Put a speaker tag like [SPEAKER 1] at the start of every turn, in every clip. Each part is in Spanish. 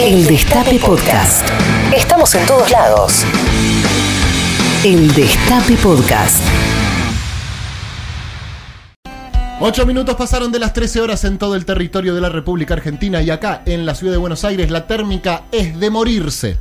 [SPEAKER 1] El Destape Podcast. Estamos en todos lados. El Destape Podcast.
[SPEAKER 2] Ocho minutos pasaron de las 13 horas en todo el territorio de la República Argentina y acá, en la ciudad de Buenos Aires, la térmica es de morirse.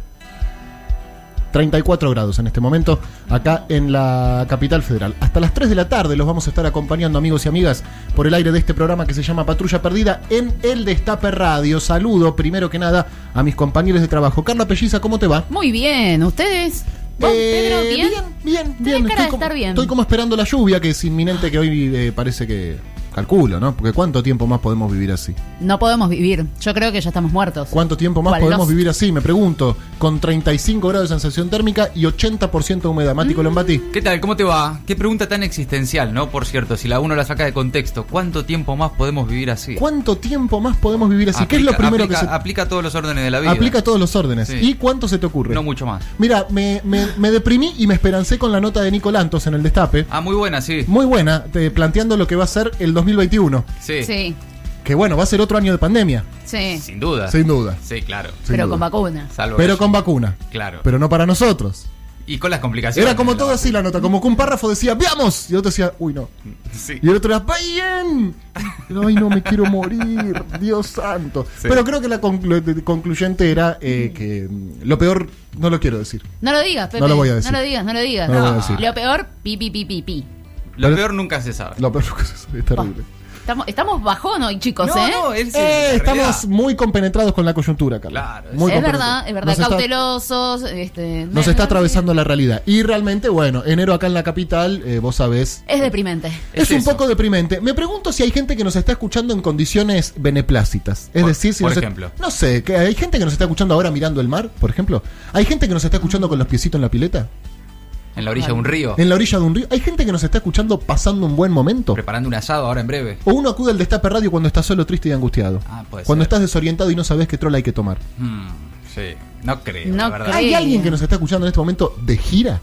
[SPEAKER 2] 34 grados en este momento, acá en la capital federal. Hasta las 3 de la tarde los vamos a estar acompañando, amigos y amigas, por el aire de este programa que se llama Patrulla Perdida en el Destape Radio. Saludo, primero que nada, a mis compañeros de trabajo. Carla Pelliza, ¿cómo te va?
[SPEAKER 3] Muy bien, ¿ustedes? ¿Vos,
[SPEAKER 2] Eh,
[SPEAKER 3] Pedro, bien?
[SPEAKER 2] bien, bien.
[SPEAKER 3] Tenés
[SPEAKER 2] estoy,
[SPEAKER 3] cara de
[SPEAKER 2] como,
[SPEAKER 3] estar bien.
[SPEAKER 2] estoy como esperando la lluvia, que es inminente que hoy eh, parece que calculo, ¿no? Porque ¿cuánto tiempo más podemos vivir así?
[SPEAKER 3] No podemos vivir. Yo creo que ya estamos muertos.
[SPEAKER 2] ¿Cuánto tiempo más
[SPEAKER 3] Cual
[SPEAKER 2] podemos
[SPEAKER 3] los-
[SPEAKER 2] vivir así? Me pregunto. Con 35 grados de sensación térmica y 80% de humedad.
[SPEAKER 3] Mm.
[SPEAKER 2] Mati Colombati.
[SPEAKER 4] ¿Qué tal? ¿Cómo te va? Qué pregunta tan existencial, ¿no? Por cierto, si la uno la saca de contexto, ¿cuánto tiempo más podemos vivir así?
[SPEAKER 2] ¿Cuánto tiempo más podemos vivir así? ¿Qué es lo
[SPEAKER 4] Aplica-
[SPEAKER 2] primero
[SPEAKER 4] aplica,
[SPEAKER 2] que se
[SPEAKER 4] Aplica a todos los órdenes de la vida.
[SPEAKER 2] aplica a todos los órdenes?
[SPEAKER 4] Sí.
[SPEAKER 2] ¿Y cuánto se te ocurre?
[SPEAKER 4] No mucho más.
[SPEAKER 2] Mira, me, me- me deprimí y me esperancé con la nota de Nicolantos en el destape.
[SPEAKER 4] Ah, muy buena, sí.
[SPEAKER 2] Muy buena, te- planteando lo que va a ser el 2021.
[SPEAKER 4] Sí,
[SPEAKER 3] Sí,
[SPEAKER 2] Que bueno, va a ser otro año de pandemia,
[SPEAKER 3] sí.
[SPEAKER 4] sin duda.
[SPEAKER 2] sin duda.
[SPEAKER 4] Sí, claro.
[SPEAKER 2] sin
[SPEAKER 3] Pero
[SPEAKER 2] duda.
[SPEAKER 3] con vacunas.
[SPEAKER 4] Salvo
[SPEAKER 2] Pero
[SPEAKER 4] eso.
[SPEAKER 2] con vacuna.
[SPEAKER 4] Claro.
[SPEAKER 2] Pero no para nosotros.
[SPEAKER 4] Y con las complicaciones.
[SPEAKER 2] Era como
[SPEAKER 4] de la
[SPEAKER 2] todo así la nota, como que un párrafo decía, ¡veamos! Y otro decía, uy no.
[SPEAKER 4] vacuna. Sí.
[SPEAKER 2] Y el otro era, ¡vayan! Ay, no me quiero morir, Dios santo.
[SPEAKER 4] Sí.
[SPEAKER 2] Pero creo que la conclu- de- concluyente era eh, que mm, lo peor, no lo quiero decir.
[SPEAKER 3] No lo digas, Pepe.
[SPEAKER 2] No lo voy a decir.
[SPEAKER 3] No lo digas, no lo digas.
[SPEAKER 2] No lo voy a decir.
[SPEAKER 3] Lo peor, pi, pi, pi, pi, pi.
[SPEAKER 4] Lo
[SPEAKER 2] Pero-
[SPEAKER 4] peor nunca se sabe.
[SPEAKER 2] Lo peor que se sabe, es terrible.
[SPEAKER 3] Estamos, estamos bajón hoy, chicos,
[SPEAKER 4] no,
[SPEAKER 3] ¿eh?
[SPEAKER 4] no, es, es
[SPEAKER 2] Eh,
[SPEAKER 4] la realidad.
[SPEAKER 2] estamos muy compenetrados con la coyuntura, Carla.
[SPEAKER 4] Claro,
[SPEAKER 2] Muy
[SPEAKER 3] es
[SPEAKER 2] compenetrados.
[SPEAKER 3] verdad, es verdad.
[SPEAKER 2] Nos está-
[SPEAKER 3] Cautelosos. este,
[SPEAKER 2] nos está atravesando la realidad. Y realmente, bueno, enero acá en la capital, eh, vos sabés,
[SPEAKER 3] Es deprimente.
[SPEAKER 4] Es
[SPEAKER 2] Es, un
[SPEAKER 4] eso.
[SPEAKER 2] poco deprimente. Me pregunto si hay gente que nos está escuchando en condiciones beneplácitas. Es
[SPEAKER 4] Por-
[SPEAKER 2] decir, si
[SPEAKER 4] por
[SPEAKER 2] nos-
[SPEAKER 4] ejemplo.
[SPEAKER 2] no sé, que hay gente que nos está escuchando ahora mirando el mar, por ejemplo. Hay gente que nos está escuchando con los piecitos en la pileta,
[SPEAKER 4] En la orilla de un río,
[SPEAKER 2] en la orilla de un río. Hay gente que nos está escuchando pasando un buen momento.
[SPEAKER 4] preparando un asado ahora en breve.
[SPEAKER 2] O uno acude al destape radio cuando está solo, triste y angustiado.
[SPEAKER 4] Ah, puede
[SPEAKER 2] cuando
[SPEAKER 4] ser.
[SPEAKER 2] estás desorientado y no sabes qué trola hay que tomar.
[SPEAKER 4] Hmm, sí. No creo,
[SPEAKER 3] No
[SPEAKER 4] la verdad.
[SPEAKER 3] creo.
[SPEAKER 2] ¿Hay alguien que nos está escuchando en este momento de gira?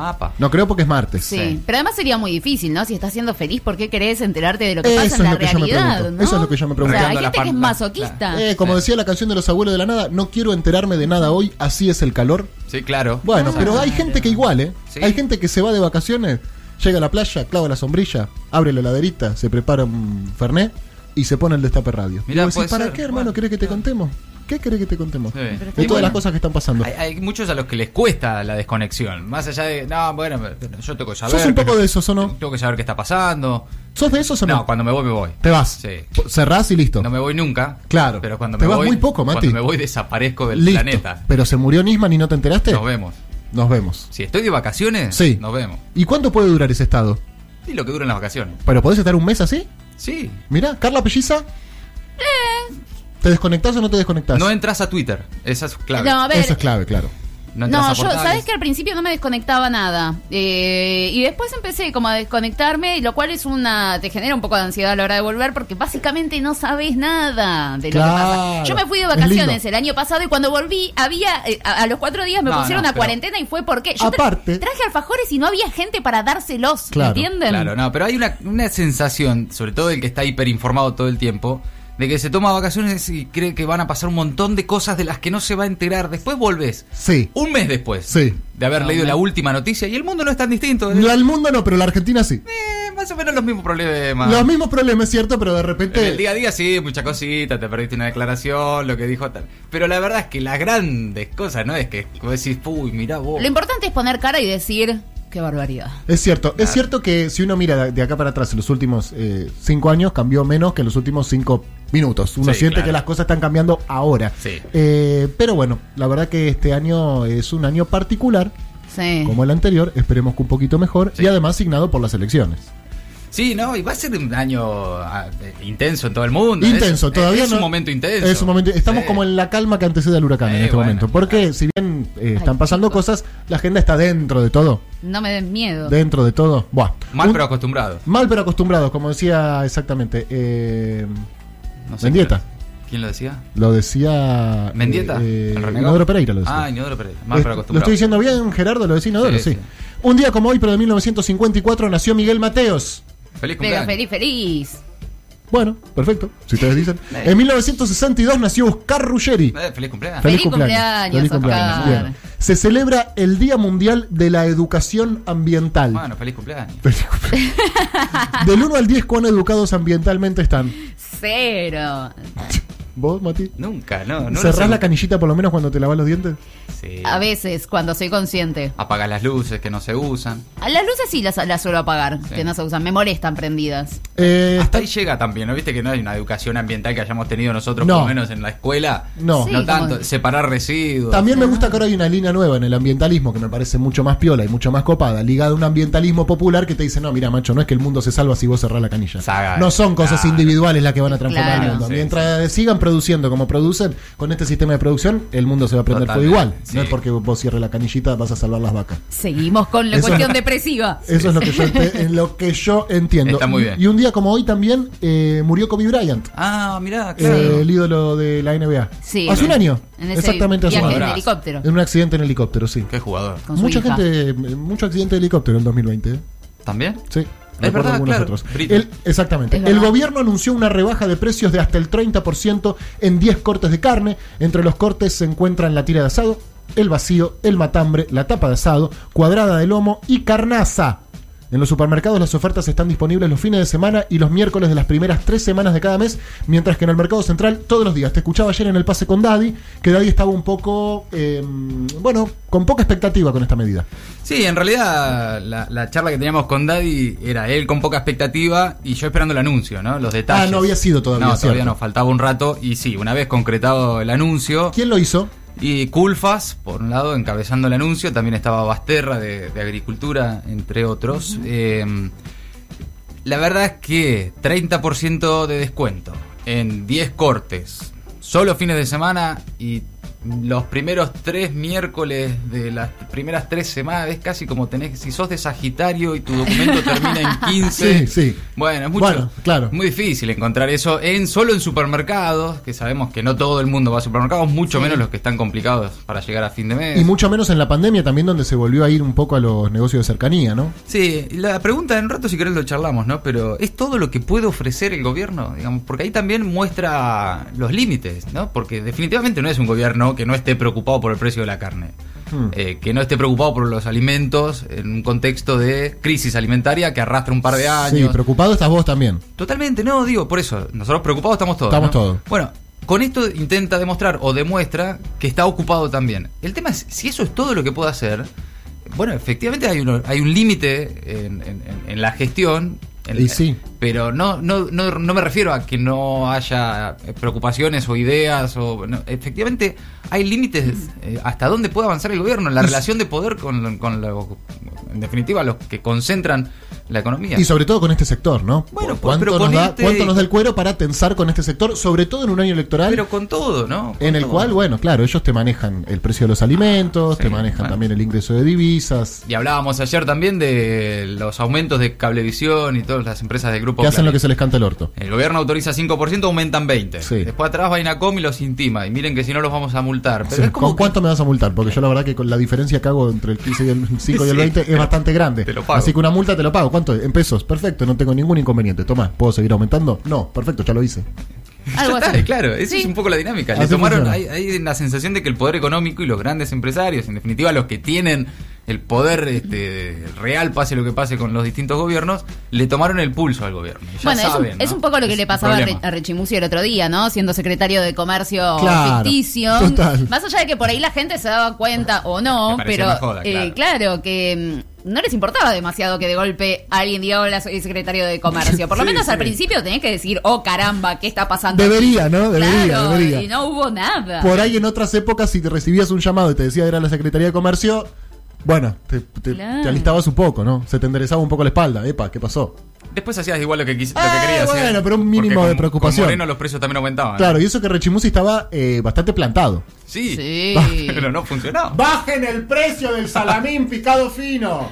[SPEAKER 4] Apa.
[SPEAKER 2] No creo porque es martes.
[SPEAKER 3] Sí.
[SPEAKER 4] Sí.
[SPEAKER 3] Pero además sería muy difícil, ¿no? Si estás siendo feliz, ¿por qué querés enterarte de lo que
[SPEAKER 2] Eso
[SPEAKER 3] pasa
[SPEAKER 2] es
[SPEAKER 3] en la
[SPEAKER 2] lo que yo me
[SPEAKER 3] realidad?
[SPEAKER 2] pregunto.
[SPEAKER 3] ¿no?
[SPEAKER 2] Eso es lo que yo me pregunto.
[SPEAKER 3] O sea, hay
[SPEAKER 4] Arreglando la
[SPEAKER 3] gente que es
[SPEAKER 4] pan-
[SPEAKER 3] masoquista.
[SPEAKER 2] Eh, como
[SPEAKER 4] Sí.
[SPEAKER 2] decía la canción de los abuelos de la nada, no quiero enterarme de nada hoy, así es el calor.
[SPEAKER 4] Sí, claro.
[SPEAKER 2] Bueno, pero hay gente que igual, ¿eh?
[SPEAKER 4] Sí.
[SPEAKER 2] Hay gente que se va de vacaciones, llega a la playa, clava la sombrilla, abre la laderita, se prepara un fernet y se pone el destape radio.
[SPEAKER 4] Mirá,
[SPEAKER 2] Y vos decís,
[SPEAKER 4] puede
[SPEAKER 2] ¿Para
[SPEAKER 4] ser.
[SPEAKER 2] qué, hermano,
[SPEAKER 4] Bueno,
[SPEAKER 2] querés que te
[SPEAKER 4] claro.
[SPEAKER 2] contemos? ¿Qué querés que te contemos?
[SPEAKER 4] Sí.
[SPEAKER 2] De
[SPEAKER 4] Pero
[SPEAKER 2] todas las cosas que están pasando.
[SPEAKER 4] Hay, hay muchos a los que les cuesta la desconexión. Más allá de, no, bueno, pero yo tengo que saber.
[SPEAKER 2] ¿Sos un poco
[SPEAKER 4] pero
[SPEAKER 2] de esos o no?
[SPEAKER 4] Tengo que saber qué está pasando.
[SPEAKER 2] ¿Sos de esos o no?
[SPEAKER 4] No, cuando me voy, me voy.
[SPEAKER 2] Te vas.
[SPEAKER 4] Sí.
[SPEAKER 2] Cerrás y listo.
[SPEAKER 4] No me voy nunca.
[SPEAKER 2] Claro.
[SPEAKER 4] Pero cuando
[SPEAKER 2] Te
[SPEAKER 4] me
[SPEAKER 2] vas
[SPEAKER 4] voy.
[SPEAKER 2] muy poco, Mati.
[SPEAKER 4] Cuando me voy, desaparezco del
[SPEAKER 2] listo.
[SPEAKER 4] planeta.
[SPEAKER 2] Pero se murió Nisman y no te enteraste.
[SPEAKER 4] Nos vemos.
[SPEAKER 2] Nos vemos.
[SPEAKER 4] Si estoy de vacaciones,
[SPEAKER 2] Sí.
[SPEAKER 4] nos vemos.
[SPEAKER 2] ¿Y cuánto puede durar ese estado?
[SPEAKER 4] Y lo que duran las vacaciones.
[SPEAKER 2] ¿Pero podés estar un mes así?
[SPEAKER 4] Sí.
[SPEAKER 2] Mira, Carla Pelliza.
[SPEAKER 3] Eh.
[SPEAKER 2] ¿Te desconectás o no te desconectás?
[SPEAKER 4] No entras a Twitter. Esa es clave.
[SPEAKER 3] No, a ver.
[SPEAKER 2] Eso es clave, claro.
[SPEAKER 4] No entras
[SPEAKER 3] No,
[SPEAKER 4] a
[SPEAKER 3] yo,
[SPEAKER 4] portales.
[SPEAKER 3] sabes que al principio no me desconectaba nada. Eh, y después empecé como a desconectarme, lo cual es una. te genera un poco de ansiedad a la hora de volver, porque básicamente no sabes nada de lo que
[SPEAKER 2] Claro.
[SPEAKER 3] pasa. Yo me fui de
[SPEAKER 2] Es
[SPEAKER 3] vacacionnes
[SPEAKER 2] lindo.
[SPEAKER 3] el año pasado y cuando volví, había. eh, a, a los cuatro días me
[SPEAKER 4] No,
[SPEAKER 3] pusieron
[SPEAKER 4] no,
[SPEAKER 3] a
[SPEAKER 4] pero-
[SPEAKER 3] cuarentena y fue porque. Yo tra-
[SPEAKER 2] Aparte-
[SPEAKER 3] traje alfajores y no había gente para dárselos,
[SPEAKER 2] Claro,
[SPEAKER 3] ¿entienden?
[SPEAKER 4] Claro, no, pero hay una, una sensación, sobre todo el que está hiperinformado todo el tiempo, de que se toma vacaciones y cree que van a pasar un montón de cosas de las que no se va a enterar. Después volvés.
[SPEAKER 2] Sí.
[SPEAKER 4] Un mes después
[SPEAKER 2] Sí.
[SPEAKER 4] de haber leído la última noticia y el mundo no es tan distinto.
[SPEAKER 2] La- el mundo no, pero la Argentina sí.
[SPEAKER 4] Eh, más o menos los mismos problemas.
[SPEAKER 2] Los mismos problemas, es cierto, pero de
[SPEAKER 4] Ah. En el
[SPEAKER 2] repente.
[SPEAKER 4] día a día sí, muchas cositas, te perdiste una declaración, lo que dijo tal. Pero la verdad es que las grandes cosas, ¿no? Es que vos decís, uy, mirá vos.
[SPEAKER 3] Lo importante es poner cara y decir. qué barbaridad.
[SPEAKER 2] Es cierto,
[SPEAKER 4] Ah.
[SPEAKER 2] es cierto que si uno mira de- de acá para atrás en los últimos eh, cinco años, cambió menos que en los últimos cinco minutos. Uno
[SPEAKER 4] Sí,
[SPEAKER 2] siente
[SPEAKER 4] claro.
[SPEAKER 2] que las cosas están cambiando ahora.
[SPEAKER 4] Sí.
[SPEAKER 2] Eh, pero bueno, la verdad que este año es un año particular,
[SPEAKER 3] Sí.
[SPEAKER 2] como el anterior, esperemos que un poquito mejor,
[SPEAKER 4] Sí.
[SPEAKER 2] y además signado por las elecciones.
[SPEAKER 4] Sí, no, y va a ser un año ah, eh, intenso en todo el mundo. ¿eh?
[SPEAKER 2] Intenso,
[SPEAKER 4] Es-
[SPEAKER 2] todavía
[SPEAKER 4] es
[SPEAKER 2] no.
[SPEAKER 4] un momento intenso.
[SPEAKER 2] Es un momento. Estamos
[SPEAKER 4] Sí.
[SPEAKER 2] como en la calma que antecede al huracán en
[SPEAKER 4] Eh,
[SPEAKER 2] este
[SPEAKER 4] bueno,
[SPEAKER 2] momento. Porque si bien eh, están pasando
[SPEAKER 3] chicos.
[SPEAKER 2] cosas, la agenda está dentro de todo.
[SPEAKER 3] No me den miedo.
[SPEAKER 2] Dentro de todo. Buah.
[SPEAKER 4] Mal
[SPEAKER 2] Un-
[SPEAKER 4] pero acostumbrado.
[SPEAKER 2] mal pero acostumbrados, como decía exactamente. eh,
[SPEAKER 4] No
[SPEAKER 2] Mendieta.
[SPEAKER 4] ¿Quién lo decía?
[SPEAKER 2] lo decía.
[SPEAKER 4] ¿Mendieta?
[SPEAKER 2] eh, eh,
[SPEAKER 4] ¿El renegado?
[SPEAKER 2] Inodoro Pereira lo decía.
[SPEAKER 4] Ah, Inodoro Pereira. Mal
[SPEAKER 2] Es-
[SPEAKER 4] pero
[SPEAKER 2] ¿Lo
[SPEAKER 4] acostumbrado.
[SPEAKER 2] estoy diciendo bien, Gerardo? Lo decía Inodoro,
[SPEAKER 4] Sí,
[SPEAKER 2] sí,
[SPEAKER 4] sí.
[SPEAKER 2] Un día como hoy, pero de 1954, nació Miguel Mateos.
[SPEAKER 4] Feliz
[SPEAKER 3] Pero
[SPEAKER 4] cumpleaños.
[SPEAKER 3] feliz, feliz.
[SPEAKER 2] Bueno, perfecto, si ustedes dicen. En 1962 nació Oscar Ruggeri.
[SPEAKER 4] Eh, feliz cumpleaños.
[SPEAKER 3] Feliz cumpleaños,
[SPEAKER 2] Feliz
[SPEAKER 3] Oscar.
[SPEAKER 2] cumpleaños. Bien. Se celebra el Día Mundial de la Educación Ambiental.
[SPEAKER 4] Bueno, feliz cumpleaños.
[SPEAKER 2] Feliz cumpleaños. Del 1 al 10, ¿cuán educados ambientalmente están?
[SPEAKER 3] Cero.
[SPEAKER 2] ¿Vos, Mati?
[SPEAKER 4] Nunca, no. no
[SPEAKER 2] ¿Cerrás
[SPEAKER 4] lo
[SPEAKER 2] la canillita por lo menos cuando te lavas los dientes?
[SPEAKER 4] Sí.
[SPEAKER 3] A veces, cuando soy consciente.
[SPEAKER 4] Apagar las luces que no se usan.
[SPEAKER 3] A Las luces sí las, las suelo apagar,
[SPEAKER 4] Sí.
[SPEAKER 3] que no se usan. Me molestan prendidas.
[SPEAKER 2] Eh,
[SPEAKER 4] Hasta ahí llega también, ¿no? Viste que no hay una educación ambiental que hayamos tenido nosotros,
[SPEAKER 2] No.
[SPEAKER 4] por lo menos en la escuela.
[SPEAKER 2] No.
[SPEAKER 3] Sí,
[SPEAKER 4] no tanto.
[SPEAKER 3] como-
[SPEAKER 4] Separar residuos.
[SPEAKER 2] También me gusta que ahora hay una línea nueva en el ambientalismo que me parece mucho más piola y mucho más copada, ligada a un ambientalismo popular que te dice, no, mira, macho, no es que el mundo se salva si vos cerrás la canilla.
[SPEAKER 4] Saga,
[SPEAKER 2] no son cosas
[SPEAKER 4] claro.
[SPEAKER 2] individuales las que van a transformar el
[SPEAKER 3] Claro.
[SPEAKER 2] mundo.
[SPEAKER 4] Sí,
[SPEAKER 2] Mientras sigan produciendo como producen, con este sistema de producción, el mundo se va a prender fuego igual.
[SPEAKER 4] Totalmente,
[SPEAKER 2] No es
[SPEAKER 4] sí.
[SPEAKER 2] porque vos cierres la canillita vas a salvar las vacas.
[SPEAKER 3] Seguimos con la
[SPEAKER 2] Eso-
[SPEAKER 3] cuestión depresiva.
[SPEAKER 2] Eso es lo que yo, ente- en lo que yo entiendo.
[SPEAKER 4] Está muy bien.
[SPEAKER 2] Y un día como hoy también eh, murió Kobe Bryant.
[SPEAKER 4] Ah, mirá, claro.
[SPEAKER 2] eh, el ídolo de la NBA.
[SPEAKER 3] Sí.
[SPEAKER 2] hace un año.
[SPEAKER 3] En ese
[SPEAKER 2] Exactamente hace un
[SPEAKER 3] viaje
[SPEAKER 2] año.
[SPEAKER 3] en helicóptero.
[SPEAKER 2] En un accidente en helicóptero, sí.
[SPEAKER 4] Qué jugador.
[SPEAKER 3] Con su
[SPEAKER 2] Mucha
[SPEAKER 3] hija.
[SPEAKER 2] gente, mucho accidente de helicóptero en 2020. ¿eh?
[SPEAKER 4] ¿También?
[SPEAKER 2] Sí. recuerdo
[SPEAKER 4] verdad,
[SPEAKER 2] algunos
[SPEAKER 4] claro.
[SPEAKER 2] otros.
[SPEAKER 4] Britney.
[SPEAKER 2] El- exactamente.
[SPEAKER 3] Es
[SPEAKER 2] El
[SPEAKER 3] verdad.
[SPEAKER 2] gobierno anunció una rebaja de precios de hasta el 30% en 10 cortes de carne. Entre los cortes se encuentran la tira de asado, el vacío, el matambre, la tapa de asado, cuadrada de lomo y carnaza. En los supermercados las ofertas están disponibles los fines de semana y los miércoles de las primeras tres semanas de cada mes, mientras que en el mercado central todos los días. Te escuchaba ayer en el pase con Daddy, que Daddy estaba un poco, eh, bueno, con poca expectativa con esta medida.
[SPEAKER 4] Sí, en realidad la, la charla que teníamos con Daddy era él con poca expectativa y yo esperando el anuncio, ¿no? Los detalles.
[SPEAKER 2] Ah, no había sido todavía,
[SPEAKER 4] No, todavía
[SPEAKER 2] cierto.
[SPEAKER 4] nos faltaba un rato y sí, una vez concretado el anuncio
[SPEAKER 2] ¿Quién lo hizo?
[SPEAKER 4] y Culfas, por un lado, encabezando el anuncio, también estaba Basterra de, de Agricultura, entre otros. Eh, la verdad es que 30% de descuento en 10 cortes, solo fines de semana y los primeros tres miércoles de las primeras tres semanas, es casi como tenés, si sos de Sagitario y tu documento termina en 15.
[SPEAKER 2] Sí, sí.
[SPEAKER 4] Bueno, es mucho,
[SPEAKER 2] Bueno, claro.
[SPEAKER 4] muy difícil encontrar eso en solo en supermercados, que sabemos que no todo el mundo va a supermercados, mucho
[SPEAKER 3] Sí.
[SPEAKER 4] menos los que están complicados para llegar a fin de mes.
[SPEAKER 2] Y mucho menos en la pandemia también donde se volvió a ir un poco a los negocios de cercanía, ¿no?
[SPEAKER 4] Sí, y la pregunta en un rato si querés lo charlamos, ¿no? Pero ¿es todo lo que puede ofrecer el gobierno? Digamos, porque ahí también muestra los límites, ¿no? Porque definitivamente no es un gobierno que no esté preocupado por el precio de la carne,
[SPEAKER 2] Hmm.
[SPEAKER 4] eh, que no esté preocupado por los alimentos en un contexto de crisis alimentaria que arrastra un par de años.
[SPEAKER 2] Sí, preocupado estás vos también.
[SPEAKER 4] Totalmente, no, digo, por eso, nosotros preocupados estamos todos.
[SPEAKER 2] Estamos
[SPEAKER 4] ¿no?
[SPEAKER 2] todos.
[SPEAKER 4] Bueno, con esto intenta demostrar o demuestra que está ocupado también. El tema es, si eso es todo lo que puede hacer, bueno, efectivamente hay, uno, hay un límite en, en- en- en la gestión. en-
[SPEAKER 2] Y sí.
[SPEAKER 4] Pero no, no, no, no me refiero a que no haya preocupaciones o ideas. o no, Efectivamente, hay límites eh, hasta dónde puede avanzar el gobierno, la relación de poder con, con lo- en definitiva, los que concentran la economía.
[SPEAKER 2] Y sobre todo con este sector, ¿no?
[SPEAKER 4] Bueno, pues,
[SPEAKER 2] ¿Cuánto,
[SPEAKER 4] pero
[SPEAKER 2] nos da,
[SPEAKER 4] ponete-
[SPEAKER 2] ¿Cuánto nos da el cuero para tensar con este sector? Sobre todo en un año electoral
[SPEAKER 4] Pero con todo, ¿no? Con
[SPEAKER 2] en el
[SPEAKER 4] todo.
[SPEAKER 2] cual, bueno, claro, ellos te manejan el precio de los alimentos,
[SPEAKER 4] Ah, Sí,
[SPEAKER 2] te manejan
[SPEAKER 4] bueno.
[SPEAKER 2] también el ingreso de divisas,
[SPEAKER 4] Y hablábamos ayer también de los aumentos de cablevisión y todas las empresas del grupo.
[SPEAKER 2] que hacen lo que
[SPEAKER 4] Clarín.
[SPEAKER 2] se les canta el orto.
[SPEAKER 4] El gobierno autoriza 5%, aumentan 20%.
[SPEAKER 2] Sí.
[SPEAKER 4] Después atrás va Inacom y los intima. Y miren que si no los vamos a multar. Pero
[SPEAKER 2] Sí,
[SPEAKER 4] es como
[SPEAKER 2] ¿Con
[SPEAKER 4] que-
[SPEAKER 2] cuánto me vas a multar? Porque yo la verdad que con la diferencia que hago entre el 15 y el 5 y el
[SPEAKER 4] Sí,
[SPEAKER 2] 20
[SPEAKER 4] te
[SPEAKER 2] es
[SPEAKER 4] lo-
[SPEAKER 2] bastante grande.
[SPEAKER 4] te lo pago.
[SPEAKER 2] Así que una multa te lo pago. ¿Cuánto? En pesos. Perfecto, no tengo ningún inconveniente. Toma, ¿puedo seguir aumentando? No, perfecto, ya lo hice.
[SPEAKER 3] Algo
[SPEAKER 4] Ya está,
[SPEAKER 3] así.
[SPEAKER 4] claro, esa
[SPEAKER 3] Sí.
[SPEAKER 4] es un poco la dinámica. Le
[SPEAKER 2] Así
[SPEAKER 4] tomaron, hay,
[SPEAKER 2] funciona.
[SPEAKER 4] hay la sensación de que el poder económico y los grandes empresarios, en definitiva los que tienen el poder este, real, pase lo que pase con los distintos gobiernos, le tomaron el pulso al gobierno. Ya
[SPEAKER 3] Bueno, es un-
[SPEAKER 4] saben,
[SPEAKER 3] es, un,
[SPEAKER 4] ¿no?
[SPEAKER 3] poco lo que le
[SPEAKER 4] un
[SPEAKER 3] pasaba a, Re-
[SPEAKER 4] problema.
[SPEAKER 3] a Rechimusi el otro día, ¿no? Siendo secretario de Comercio
[SPEAKER 2] Claro,
[SPEAKER 3] ficticio.
[SPEAKER 2] total.
[SPEAKER 3] Más allá de que por ahí la gente se daba cuenta o no,
[SPEAKER 4] Me parecía
[SPEAKER 3] pero
[SPEAKER 4] una joda,
[SPEAKER 3] eh,
[SPEAKER 4] claro.
[SPEAKER 3] claro, que mm, no les importaba demasiado que de golpe alguien diga hola, soy secretario de Comercio. Por lo
[SPEAKER 4] Sí,
[SPEAKER 3] menos al
[SPEAKER 4] sí.
[SPEAKER 3] principio tenés que decir, oh caramba, ¿qué está pasando? aquí?"
[SPEAKER 2] Debería, ¿no? Debería,
[SPEAKER 3] claro,
[SPEAKER 2] debería.
[SPEAKER 3] y no hubo nada.
[SPEAKER 2] Por ahí en otras épocas, si te recibías un llamado y te decía que era la Secretaría de Comercio, bueno, te, te-
[SPEAKER 3] Claro.
[SPEAKER 2] te alistabas un poco, ¿no? Se te enderezaba un poco la espalda. Epa, ¿qué pasó?
[SPEAKER 4] Después hacías igual lo que, quis- lo
[SPEAKER 2] Ah,
[SPEAKER 4] que querías.
[SPEAKER 2] bueno,
[SPEAKER 4] hacer.
[SPEAKER 2] pero un
[SPEAKER 4] Porque
[SPEAKER 2] mínimo
[SPEAKER 4] con-
[SPEAKER 2] de preocupación.
[SPEAKER 4] Con Moreno los precios también aumentaban.
[SPEAKER 2] Claro, y eso que Rechimusi estaba eh, bastante plantado.
[SPEAKER 4] Sí.
[SPEAKER 3] Sí.
[SPEAKER 4] Pero no funcionaba.
[SPEAKER 2] ¡Bajen el precio del salamín picado fino!